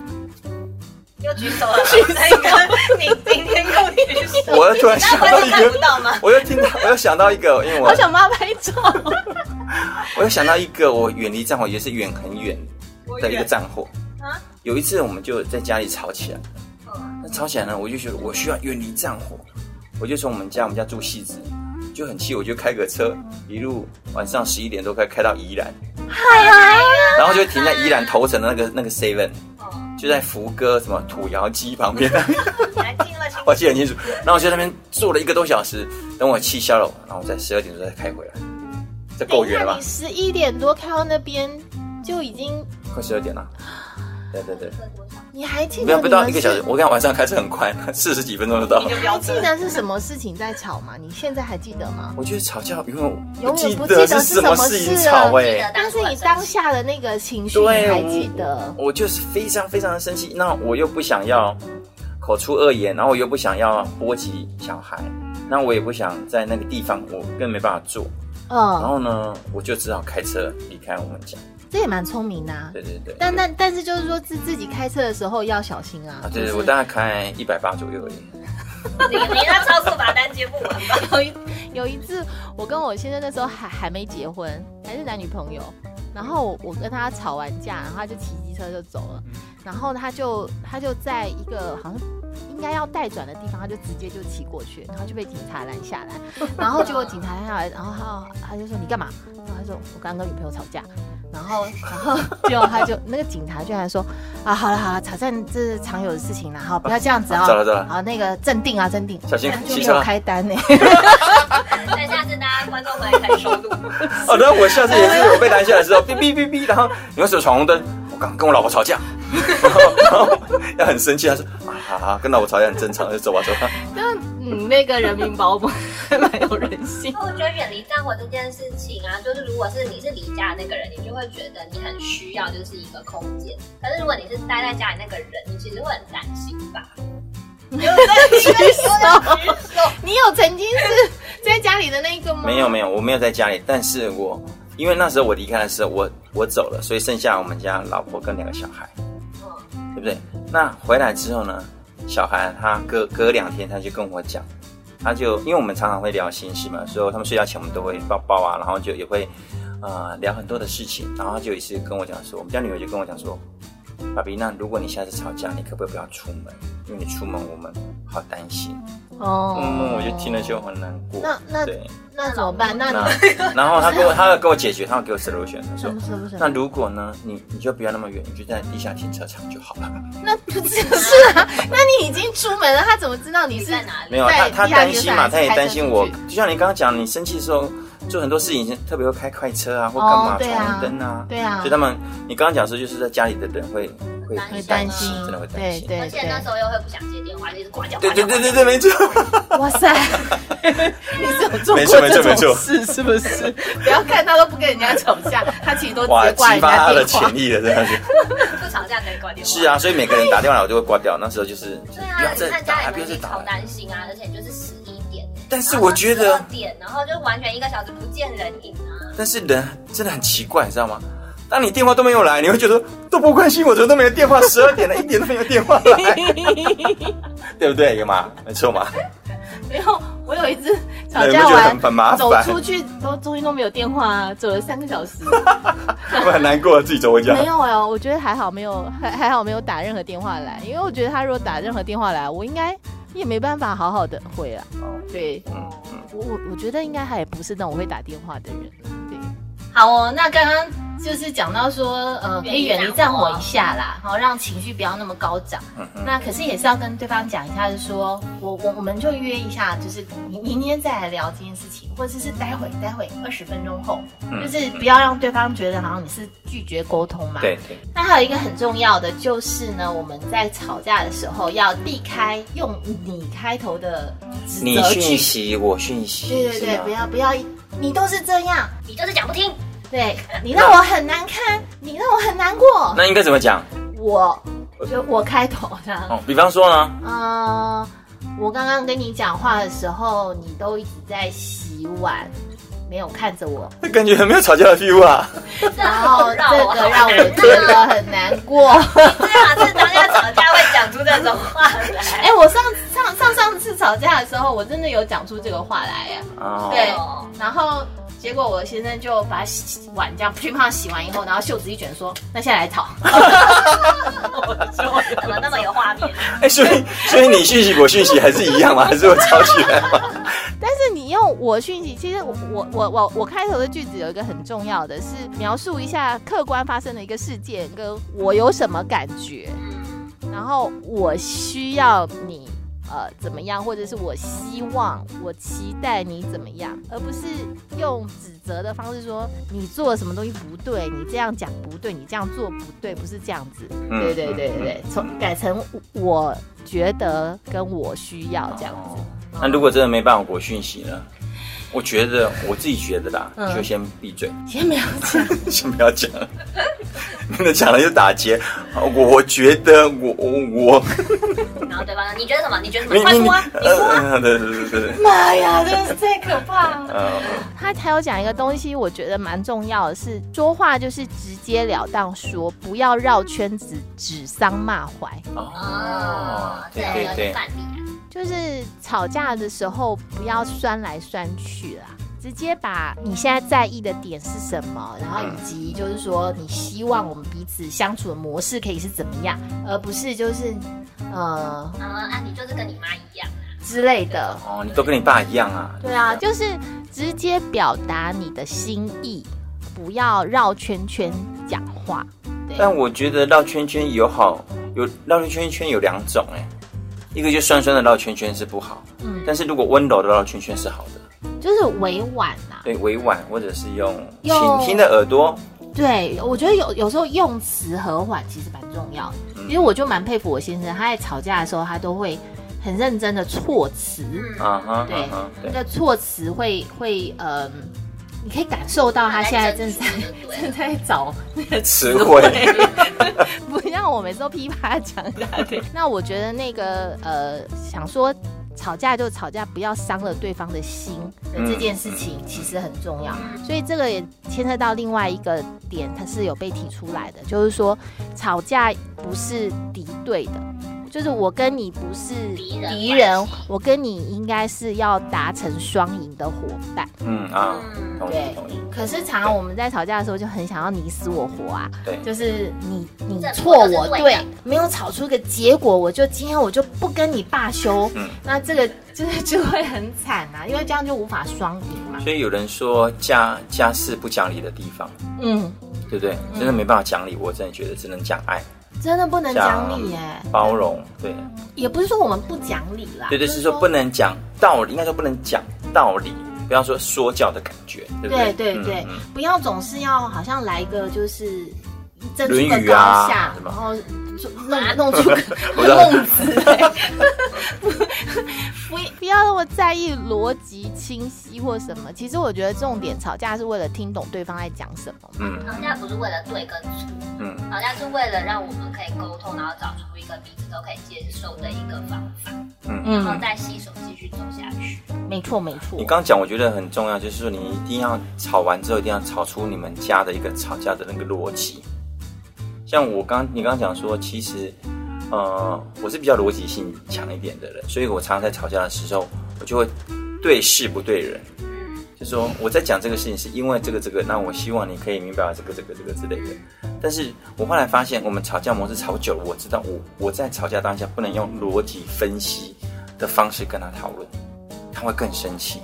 G: 又举手了，那个你今天又举手，
E: 我又突然想到一
G: 看不
E: 个，
G: 到吗？
E: 我又听到，我又想到一个，因为我
B: 好想帮他拍照，
E: 我又想到一个，我远离战火也是远很远的一个战火
G: 啊嗯
E: 有一次我们就在家里吵起来，那吵起来呢，我就觉得我需要远离战火，我就从我们家，我们家住戏子，就很气，我就开个车一路晚上十一点多开开到宜兰，然后就停在宜兰头城的那个那个 seven，
D: 哦，
E: 就在福哥什么土窑鸡旁边。
G: 你还听了清楚
E: 我记得很清楚。然后我就在那边坐了一个多小时，等我气消了，然后我在十二点钟再开回来，这够远了
B: 看
E: 吧
B: 哎你？十一点多开到那边就已经，
E: 快十二点了。对对对，
D: 喝多少？
B: 你还记
E: 没
B: 得
E: 有
B: 你
E: 不到
B: 们
E: 一个小时
B: 是，？
E: 我刚晚上开车很快，四十几分钟就到
G: 你
E: 了
G: 就。不
B: 还
G: 要
B: 记
G: 吃。
B: 得是什么事情在吵吗？你现在还记得吗？
E: 我觉得吵架永远
B: 永远不
E: 不记
B: 记得
E: 得
B: 是
E: 是什
B: 什么
E: 么
B: 事
E: 事
B: 情
E: 情
B: 吵
E: 吵
D: 记
E: 哎、
D: 得
B: 但是
D: 初
B: 你
D: 很
B: 当
D: 生气
B: 下的那个情绪，你
E: 对，
B: 还记得？
E: 我我就是非常非常的生气，那我又不想要口出恶言，然后我又不想要波及小孩，那我也不想在那个地方，我更没办法做。然
B: 嗯，
E: 后呢，我就只好开车离开我们家。
B: 这也蛮聪明的、啊。
E: 对对对。
B: 但但但是就是说自自己开车的时候要小心啊
E: 啊，。对，
B: 就是
E: 我大概开一百八左右而已。
G: 你你那超速罚单接不完吧？
B: 有一有一次，我跟我先生那时候还还没结婚，还是男女朋友，然后我我跟他吵完架，然后他就骑机车就走了，
E: 嗯
B: 然后他就他就在一个好像应该要待转的地方，他就直接就骑过去，然后就被警察拦下 来，然后结果警察拦下来，然后他他就说你干嘛？然后他说我刚跟女朋友吵架。然后，然 后结果他就那个警察居然说啊，好了好了，吵架这是常有的事情啦，好，不要这样子啊，
E: 走了走了
B: 好，那个镇定啊，镇定，
E: 小心
B: 就
E: 骑
B: 没
E: 车
B: 有
E: 啊
B: 开单呢、
D: 但下次大家观众回来看收录。
E: 哦，那我下次也是我被拦下来 之后，哔哔哔哔，然后你为什么闯红灯？我刚跟我老婆吵 架，然后然后要很生气，他说啊好好，跟老婆吵架很正常，就走吧走吧。
B: 就是嗯，那个人民保姆 还蛮有人 性。
D: 我觉得远离战火这件事情啊，就是如果是你是离家的那个人，你就会觉得你很需要就是一个空间。可是如果你是待在家里那个人，你其实会很担心吧？
B: 你有曾经是在家里的那一个吗？
E: 没有没有，我没有在家里，但是我因为那时候我离开的时候，我我走了，所以剩下我们家老婆跟两个小孩，对不
B: 嗯
E: 对？那回来之后呢，小孩他隔隔两天他就跟我讲，他就因为我们常常会聊心事嘛，所以他们睡觉前我们都会抱抱啊，然后就也会呃聊很多的事情，然后他就有一次跟我讲说，我们家女儿就跟我讲说。爸比，那如果你下次吵架，你可不可以不要出门？因为你出门我们好担心。
B: 哦
E: 嗯，我就听了就很难过。
B: 那那
E: 对，
B: 那怎么办？那你
E: 那 然后他给我，他给我解决，他给我 solution，他说
B: 什么什么什
E: 那
B: 么？
E: 如果呢，你你就不要那么远，你就在地下停车场就好了。
B: 那不是是啊？那你已经出门了，他怎么知道你
D: 你
B: 是
D: 在？哪里？
E: 没有，
B: 在
E: 他他
B: 地下
E: 担
B: 停车
E: 心嘛，
B: 场
E: 他也
B: 开车
E: 担心我
B: 出去。
E: 就像你刚刚讲，你生气的时候做很多事情，特别会开快车啊，或
B: 哦
E: 干嘛
B: 对
E: 闯
B: 啊
E: 红灯啊。
B: 对啊
E: 所以，他们，你刚刚讲说，就是在家里的人会会
D: 会
B: 担心
E: 真的会担
B: 对
E: 心。
B: 对
D: 而且那时候又会不想接电话，就是挂掉。
E: 对对对
D: 挂掉
E: 对对，没错。
B: 哇塞，你是有做
E: 没
B: 过
E: 错没错
B: 这
E: 没错
B: 种事是不是？不要看他都不跟人家吵架，他其实都直
E: 哇，
B: 接
E: 激
B: 挂人
E: 发
B: 家
E: 他的
B: 电话
E: 潜。力了，真 的是。
D: 不吵架可以挂电话。
E: 是。啊，所以每个人打电话来，我就会挂掉。那时候就是，
D: 对
E: 不
D: 啊，
E: 要
D: 你
E: 再
D: 看
E: 打
D: 家
E: 了，
D: 里
E: 不要
D: 人
E: 再
D: 你
E: 打
D: 超
E: 了。
D: 担心啊，而且就是十一点。
E: 但是我觉得
D: 12点，然后就完全一个小时不见人影啊。
E: 但是人真的很奇怪，你知道吗？当你电话都没有来，你会觉得都不关心我，怎么都没有电话？十二点了，一点都没有电话 来，对不对？有吗？没错嘛，
B: 没有，我有一次吵
E: 对
B: 架
E: 你不觉得
B: 完
E: 很很麻
B: 走
E: 烦，
B: 出去都终于都没有电话啊，走了三个小时。
E: 我很难过，自己走回家
B: 没。有哎、我觉得还好没有，还还好没有打任何电话来，因为我觉得他如果打任何电话来，我应该也没办法好好的回啊。对
E: 嗯嗯，
B: 我我我觉得应该还不是那种会打电话的人。对，好哦，那刚刚就是讲到说，呃，可以远离战火一下啦，好让情绪不要那么高涨。
E: 嗯嗯
B: 那可是也是要跟对方讲一下，就是说我我我们就约一下，就是明明天再来聊这件事情，或者是待会待会二十分钟后，
E: 嗯
B: 就是不要让对方觉得好像你是拒绝沟通嘛。
E: 对对，
B: 那还有一个很重要的就是呢，我们在吵架的时候要避开用你开头的指
E: 你
B: 责
E: 讯
B: 句，
E: 息我讯息，
B: 对对对，
E: 是吗
B: 不要不要，你都是这样，
D: 你就是讲不听，
B: 对你让我很难堪，你让我很难过，
E: 那应该怎么讲？
B: 嗯我就我开头这样，
E: 哦，比方说呢，
B: 嗯，我刚刚跟你讲话的时候，你都一直在洗碗，没有看着我，
E: 感觉很没有吵架的 feel 啊。
B: 然后
D: 好
B: 这
D: 我
B: 个让我觉得很难过。
D: 最好啊是大家吵架会讲出这种话来。
B: 哎、我上上上上次吵架的时候，我真的有讲出这个话来呀、
E: 哦，
B: 对然后结果我先生就把洗碗这样乒乓洗完以后，然后袖子一卷说：“那现在来吵。
D: 怎么那么有画面？
E: 哎，所以所以你讯息我讯息还是一样吗？还是会吵起来吗？”
B: 但是你用我讯息，其实我我我我我开头的句子有一个很重要的是描述一下客观发生的一个事件，跟我有什么感觉。
D: 嗯，
B: 然后我需要你呃怎么样，或者是我希望、我期待你怎么样，而不是用指责的方式说你做了什么东西不对，你这样讲不对，你这样做不对，不是这样子。
E: 嗯
B: 对对对对对，从改成我觉得跟我需要这样子。
E: 那如果真的没办法回讯息呢？我觉得我自己觉得啦，
B: 嗯
E: 就先闭嘴，
B: 先不要讲，
E: 先不要讲，那讲了就打结。我我觉得我我我，
D: 然后对方说你觉得什么？你觉得什
E: 你你
D: 么？快说啊！你说啊！
E: 呃，对对对对对，
F: 妈呀，真是太可怕了！
E: 呃，
B: 他还有讲一个东西，我觉得蛮重要的是，说话就是直截了当说，不要绕圈子，指桑骂槐。
E: 哦，对
D: 这
E: 对
D: 个
E: 对
D: 是，范例啊。
B: 就是吵架的时候不要酸来酸去啦，直接把你现在在意的点是什么，然后以及就是说你希望我们彼此相处的模式可以是怎么样，而不是就是呃
D: 啊啊，你就是跟你妈一样，嗯
B: 之类的。
E: 哦，你都跟你爸一样啊，
B: 对啊，就是直接表达你的心意，不要绕圈圈讲话。
E: 但我觉得绕圈圈有好有绕圈圈有两种哎、一个就酸酸的绕圈圈是不好，
B: 嗯
E: 但是如果温柔的绕圈圈是好的，
B: 就是委婉啊呐、
E: 对，委婉或者是用
B: 用
E: 倾听的耳朵，
B: 对，我觉得有有时候用词和缓其实蛮重要的。因为我就蛮佩服我先生，他在吵架的时候，他都会很认真的措辞，
E: 啊哈，
B: 对
E: 啊哈，对
B: 那，个措辞会会呃，你可以感受到他现在正在
D: 来争取就对了
B: 正在找
E: 词汇，
B: 不像我每次都噼啪讲一大堆。那我觉得那个呃，想说吵架就吵架，不要伤了对方的心的这件事情，其实很重要。所以这个也牵涉到另外一个点，它是有被提出来的，就是说吵架不是敌对的。就是我跟你不是
D: 敌人
B: 敌人
D: 关系，
B: 我跟你应该是要达成双赢的伙伴。
E: 嗯啊，
D: 嗯，
E: 同
B: 对
E: 意同意，
B: 可是常常我们在吵架的时候就很想要你死我活啊，
E: 对
B: 就是你你
D: 这
B: 错
D: 不就是
B: 我
D: 对
B: 对
D: 的，
B: 没有吵出个结果，我就今天我就不跟你罢休，
E: 嗯
B: 那这个就是就会很惨啊，因为这样就无法双赢嘛。
E: 所以有人说家家是不讲理的地方，
B: 嗯，
E: 对不对？真的没办法讲理，我真的觉得只能讲爱、
B: 真的不能讲理耶、
E: 包容，对，
B: 也不是说我们不讲理啦，
E: 对对，
B: 嗯就是
E: 说不能讲道理，应该说不能讲道理，不要说说教的感觉，对不
B: 对
E: 对？
B: 对
E: 嗯
B: 对，
E: 嗯
B: 不要总是要好像来一个就是争
E: 论
B: 出个
E: 语
B: 高
E: 啊
B: 下，
E: 是吧
B: 然后就弄弄出个
E: 知道
B: 孟子，对 不不不要那么在意逻辑清晰或什么。其实我觉得重点吵架是为了听懂对方在讲什么。
E: 嗯
D: 吵架不是为了对跟错，
E: 嗯。
D: 吵架是为了让我们可以沟通，然后找出一个彼此都可以接受的一个方法，然后
B: 嗯，
D: 再携手继续走下去。
B: 没错没错
E: 你。刚讲，我觉得很重要，就是说你一定要吵完之后，一定要吵出你们家的一个吵架的那个逻辑。像我刚你刚刚讲说，其实，呃，我是比较逻辑性强一点的人，所以我常常在吵架的时候，我就会对事不对人，
D: 嗯
E: 就说我在讲这个事情是因为这个这个，那我希望你可以明白这个这个这个之类的。但是我后来发现，我们吵架模式吵久了，我知道我我在吵架当下不能用逻辑分析的方式跟他讨论，他会更生气。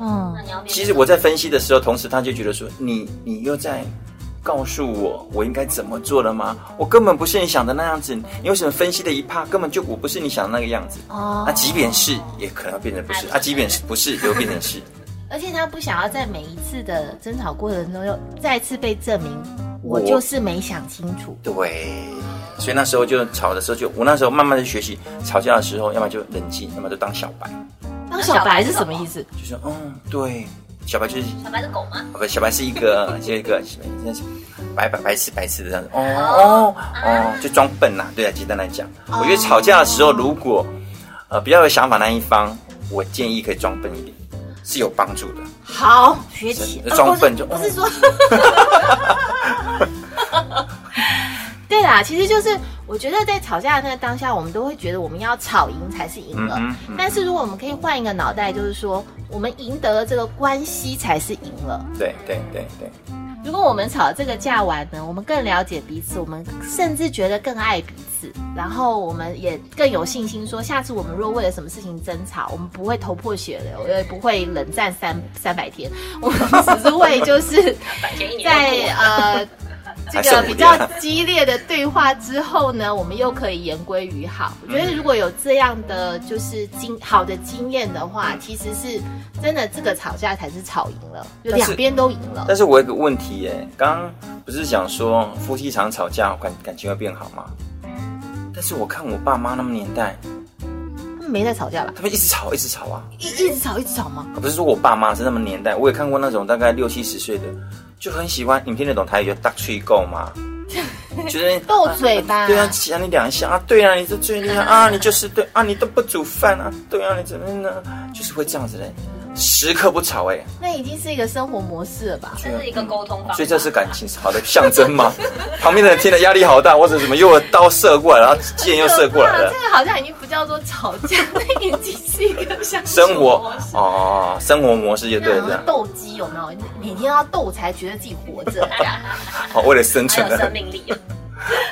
B: 嗯
D: 那，你要面对
E: 其实我在分析的时候，同时他就觉得说，你你又在告诉我我应该怎么做了吗？我根本不是你想的那样子，你为什么分析的一趴根本就我不是你想的那个样子？
B: 哦
E: 那、，即便是，也可能变成不是；啊，即便是不是，也会变成是。
B: 而且他不想要在每一次的争吵过程中又再次被证明我
E: 我
B: 就是没想清楚。
E: 对，所以那时候就吵的时候就，我那时候慢慢的学习，吵架的时候，要么就冷静，要么就当小白，
B: 当小白是什么意思？
E: 就说嗯，对，小白就是
D: 小白是狗吗？
E: 哦不，小白是一个，是一个，那是白白白痴白痴的这样子。哦哦哦，就装笨呐、对啊，简单来讲，我觉得吵架的时候，如果呃比较有想法那一方，我建议可以装笨一点，是有帮助的。
B: 好，学起
E: 是。装笨就哦
B: 呃不是不是说。 对啦，其实就是我觉得在吵架的那个当下，我们都会觉得我们要吵赢才是赢了。
E: 嗯哼嗯
B: 但是如果我们可以换一个脑袋，就是说我们赢得了这个关系才是赢了。
E: 对对对对，
B: 如果我们吵这个架完呢，我们更了解彼此，我们甚至觉得更爱彼此，然后我们也更有信心说，下次我们若为了什么事情争吵，我们不会头破血流，也不会冷战三 三百天，我们只是会就是。
D: 百天一年
B: 在
D: 都过
B: 呃这
E: 还是
B: 个
E: 我
B: 比
E: 们
B: 较
E: 俩
B: 激烈的对话之后呢，我们又可以言归于好。我觉得如果有这样的就是经好的经验的话，其实是真的这个吵架才是吵赢了，就
E: 但是
B: 两边都赢了。
E: 但是我有一个问题耶，刚刚不是讲说夫妻常吵架感感情会变好吗？但是我看我爸妈那么年代，
B: 他们没在吵架吧？
E: 他们一直吵一直吵啊，
B: 一一直吵一直吵吗？
E: 啊不是说我爸妈是那么年代，我也看过那种大概六七十岁的，就很喜欢，你们听得懂台语叫大吹够 吗？就是
B: 斗嘴吧
E: 对啊，想你两下啊，对啊，你这 最厉害啊，你就是对啊，你都不煮饭啊，对啊，你怎么呢？就是会这样子的。时刻不吵哎、
B: 那已经是一个生活模式了吧？
G: 这是一个沟通方 法。
E: 所以这是感情好的象征吗？ 旁边的人听了压力好大，我怎么又有刀射过来，然后箭又射过来
B: 哇
E: 了
B: 啊这？个好像已经不叫做吵架，那已经是一个像
E: 生活哦，生活模式就 对啊
B: 那
E: 了，
B: 斗鸡有没有？每天要斗才觉得自己活着啊这样。
E: 好，为了生
G: 很
E: 存
G: 有
E: 的
G: 生。命 力啊。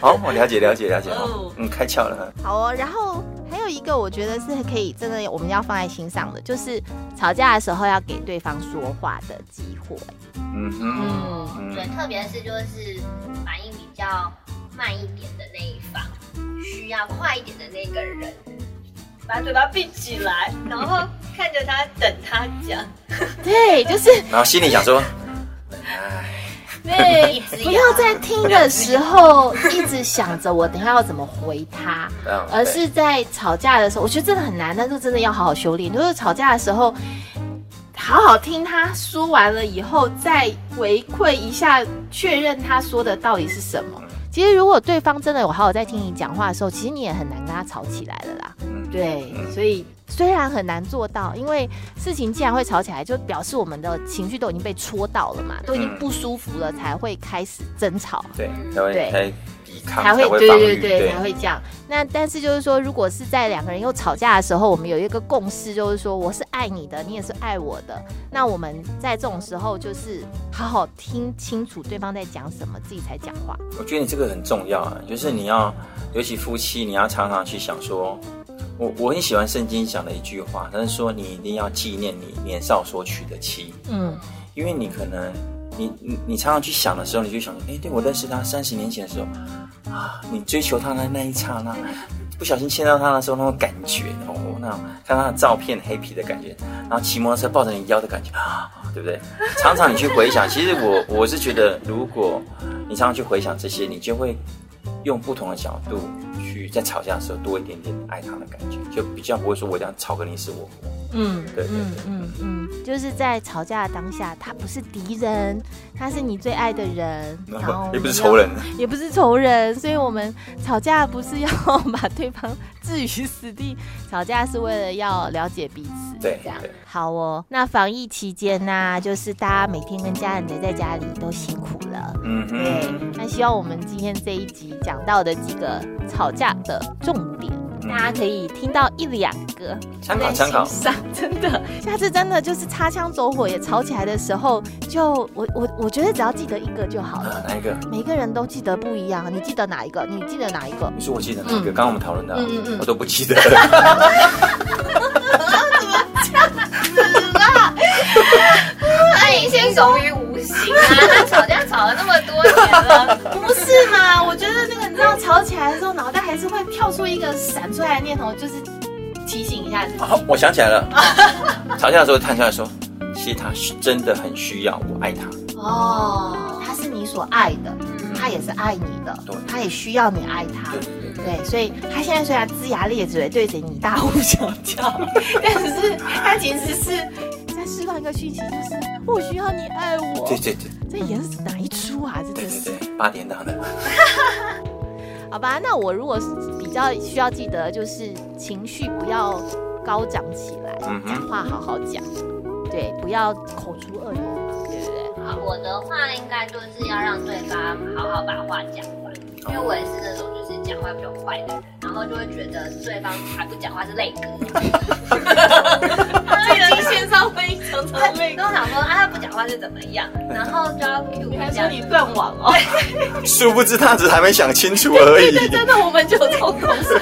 E: 好，我了解了解了解，
G: 哦
E: 嗯，开窍了。
B: 好哦，然后还有一个我觉得是可以真的我们要放在心上的，就是吵架的时候要给对方说话的机会。
E: 嗯哼，
B: 嗯，
D: 对，
E: 嗯，
D: 特别是就是反应比较慢一点的那一方，需要快一点的那个人，
G: 把嘴巴闭起来，然后看着他，等他讲。
B: 对，就是
E: 然后心里想说，
B: 对，
D: 只
B: 不要在听的时候一直想着我等一下要怎么回他，
E: 嗯
B: 而是在吵架的时候，我觉得真的很难，但是真的要好好修炼。就是吵架的时候，好好听他说完了以后，再回馈一下，确认他说的到底是什么。其实，如果对方真的有好好在听你讲话的时候，其实你也很难跟他吵起来了啦。
E: 嗯
B: 对，
E: 嗯
B: 所以虽然很难做到，因为事情既然会吵起来，就表示我们的情绪都已经被戳到了嘛，都已经
E: 嗯
B: 不舒服了，才会开始争吵。
E: 对，才会
B: 对
E: 才抵抗，
B: 才会
E: 会
B: 对
E: 防
B: 对
E: 御，
B: 对才会这样。那但是就是说，如果是在两个人又吵架的时候，我们有一个共识，就是说我是爱你的，你也是爱我的。那我们在这种时候，就是好好听清楚对方在讲什么，自己才讲话。
E: 我觉得你这个很重要啊，就是你要，尤其夫妻，你要常常去想说，我我很喜欢圣经讲的一句话，但是说你一定要纪念你年少所娶的妻，
B: 嗯，
E: 因为你可能，你你你常常去想的时候，你就想，哎，对我认识他三十年前的时候，啊，你追求他的那一刹那，不小心牵到他的时候那种感觉，哦，那种看他的照片黑皮的感觉，然后骑摩托车抱着你腰的感觉， 啊，对不对？常常你去回想，其实我我是觉得，如果你常常去回想这些，你就会用不同的角度去在吵架的时候多一点点爱他的感觉，就比较不会说我一定要吵个你死我活，
B: 嗯
E: 对对对
B: 嗯嗯嗯，就是在吵架的当下，他不是敌人，他是你最爱的 人，
E: 然
B: 然后
E: 后也不是
B: 你
E: 仇
B: 要
E: 人。
B: 也不是仇人，所以我们吵架不是要 把对方置于死地，吵架是为了要了解彼此，
E: 对
B: 这样
E: 对
B: 好哦。那防疫期间呢、就是大家每天跟家人待在家里都辛苦了。
E: 嗯
B: 对
E: 哼，，
B: 那希望我们今天这一集讲到的几个吵架的重点，
E: 嗯
B: 大家可以听到一两个，
E: 参考
B: 在
E: 参考
B: 心上真的，下次真的就是擦枪走火也吵起来的时候，就我我我觉得只要记得一个就好了
E: 啊，。哪一个？
B: 每个人都记得不一样，你记得哪一个？你记得哪一个？
E: 你说我记得哪一个？刚刚我们讨论的啊
B: 嗯嗯嗯，
E: 我都不记得。
D: 那已经融于无形啊！他吵架吵了那么多年 了，
B: 不是嘛？我觉得那个你知道，吵起来的时候，脑袋还是会跳出一个闪出来的念头，就是提醒一下自己。
E: 好，我想起来 了，吵架的时候探出来说，其实他是真的很需要我爱他。
B: 哦，他是你所爱的，
D: 嗯
B: 他也是爱你的
E: 嗯对，
B: 他也需要你爱他
E: 对。对对，
B: 对，所以他现在虽然龇牙咧嘴对着你大呼小叫， 但是他其实是在释放一个讯息，就是我需要你爱我。
E: 对对对
B: 这演的是哪一出啊？真的
E: 对
B: 是。
E: 对对，八点档的，
B: 好吧，那我如果是比较需要记得，就是情绪不要高涨起来，
E: 嗯哼
B: 讲话好好讲，对，不要口出恶言嘛，对不对？好，
D: 我的话应该就是要让对方好好把话讲完，因为我也是那种就是讲话比较快的人，然后就会觉得对方还不讲话是累哥。
G: 这个是线上会议常常会
D: 跟。我想说啊，他不讲话是怎么样，然后就要 Q
G: 你
D: 一
G: 还
D: 下
G: 说。你断网 哦？
E: 殊不知他只是还没想清楚而已。
G: 真的，我们就有这种公司，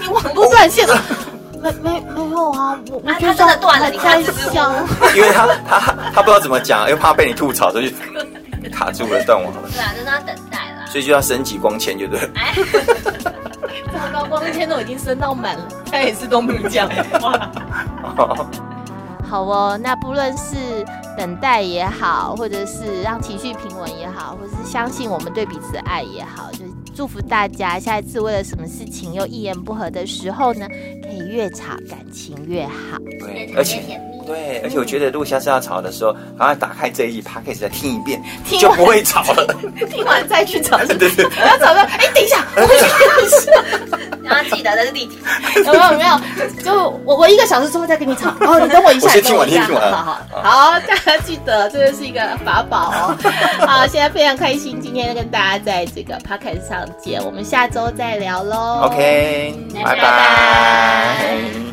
G: 你网
B: 不断线了，没没没有啊，我我
G: 啊
B: 就
G: 他真的断了
B: 还
G: 你
B: 在
G: 看是不是
B: 想，
E: 因为他他他不知道怎么讲，又怕被你吐槽，所以就卡住了断网了，
D: 对啊，就是要等待啦。
E: 所以就要升级光纤，就对了。
B: 糟糕，光纤都已经升到满了。
G: 他也是都没讲话。
B: 好哦，那不论是等待也好，或者是让情绪平稳也好，或者是相信我们对彼此的爱也好，就是祝福大家下一次为了什么事情又一言不合的时候呢，可以越吵感情越 好。
E: 对，
D: 越
E: 而
D: 吵越
E: 且
D: 甜蜜。
E: 对，而且我觉得如果下次要吵的时候，赶快打开这一集 p o d c a s 再听一遍，
B: 听
E: 就
B: 完
E: 不会 吵了。
B: 听完再去吵，
E: 对对对。
B: 不要吵到哎，等一下，
D: 然
G: 妈
D: 后
G: 记得那是弟弟，
B: 有没有没有？就我我一个小时之后再跟你吵。哦，你等我一下，
E: 我先听完
B: 你等一下
E: 听啊完
B: 好好好，好大家记得这是一个法宝哦。好，现在非常开心，今天跟大家在这个 p o c a s t 上见，我们下周再聊喽。
E: OK，拜
D: 拜
E: 拜。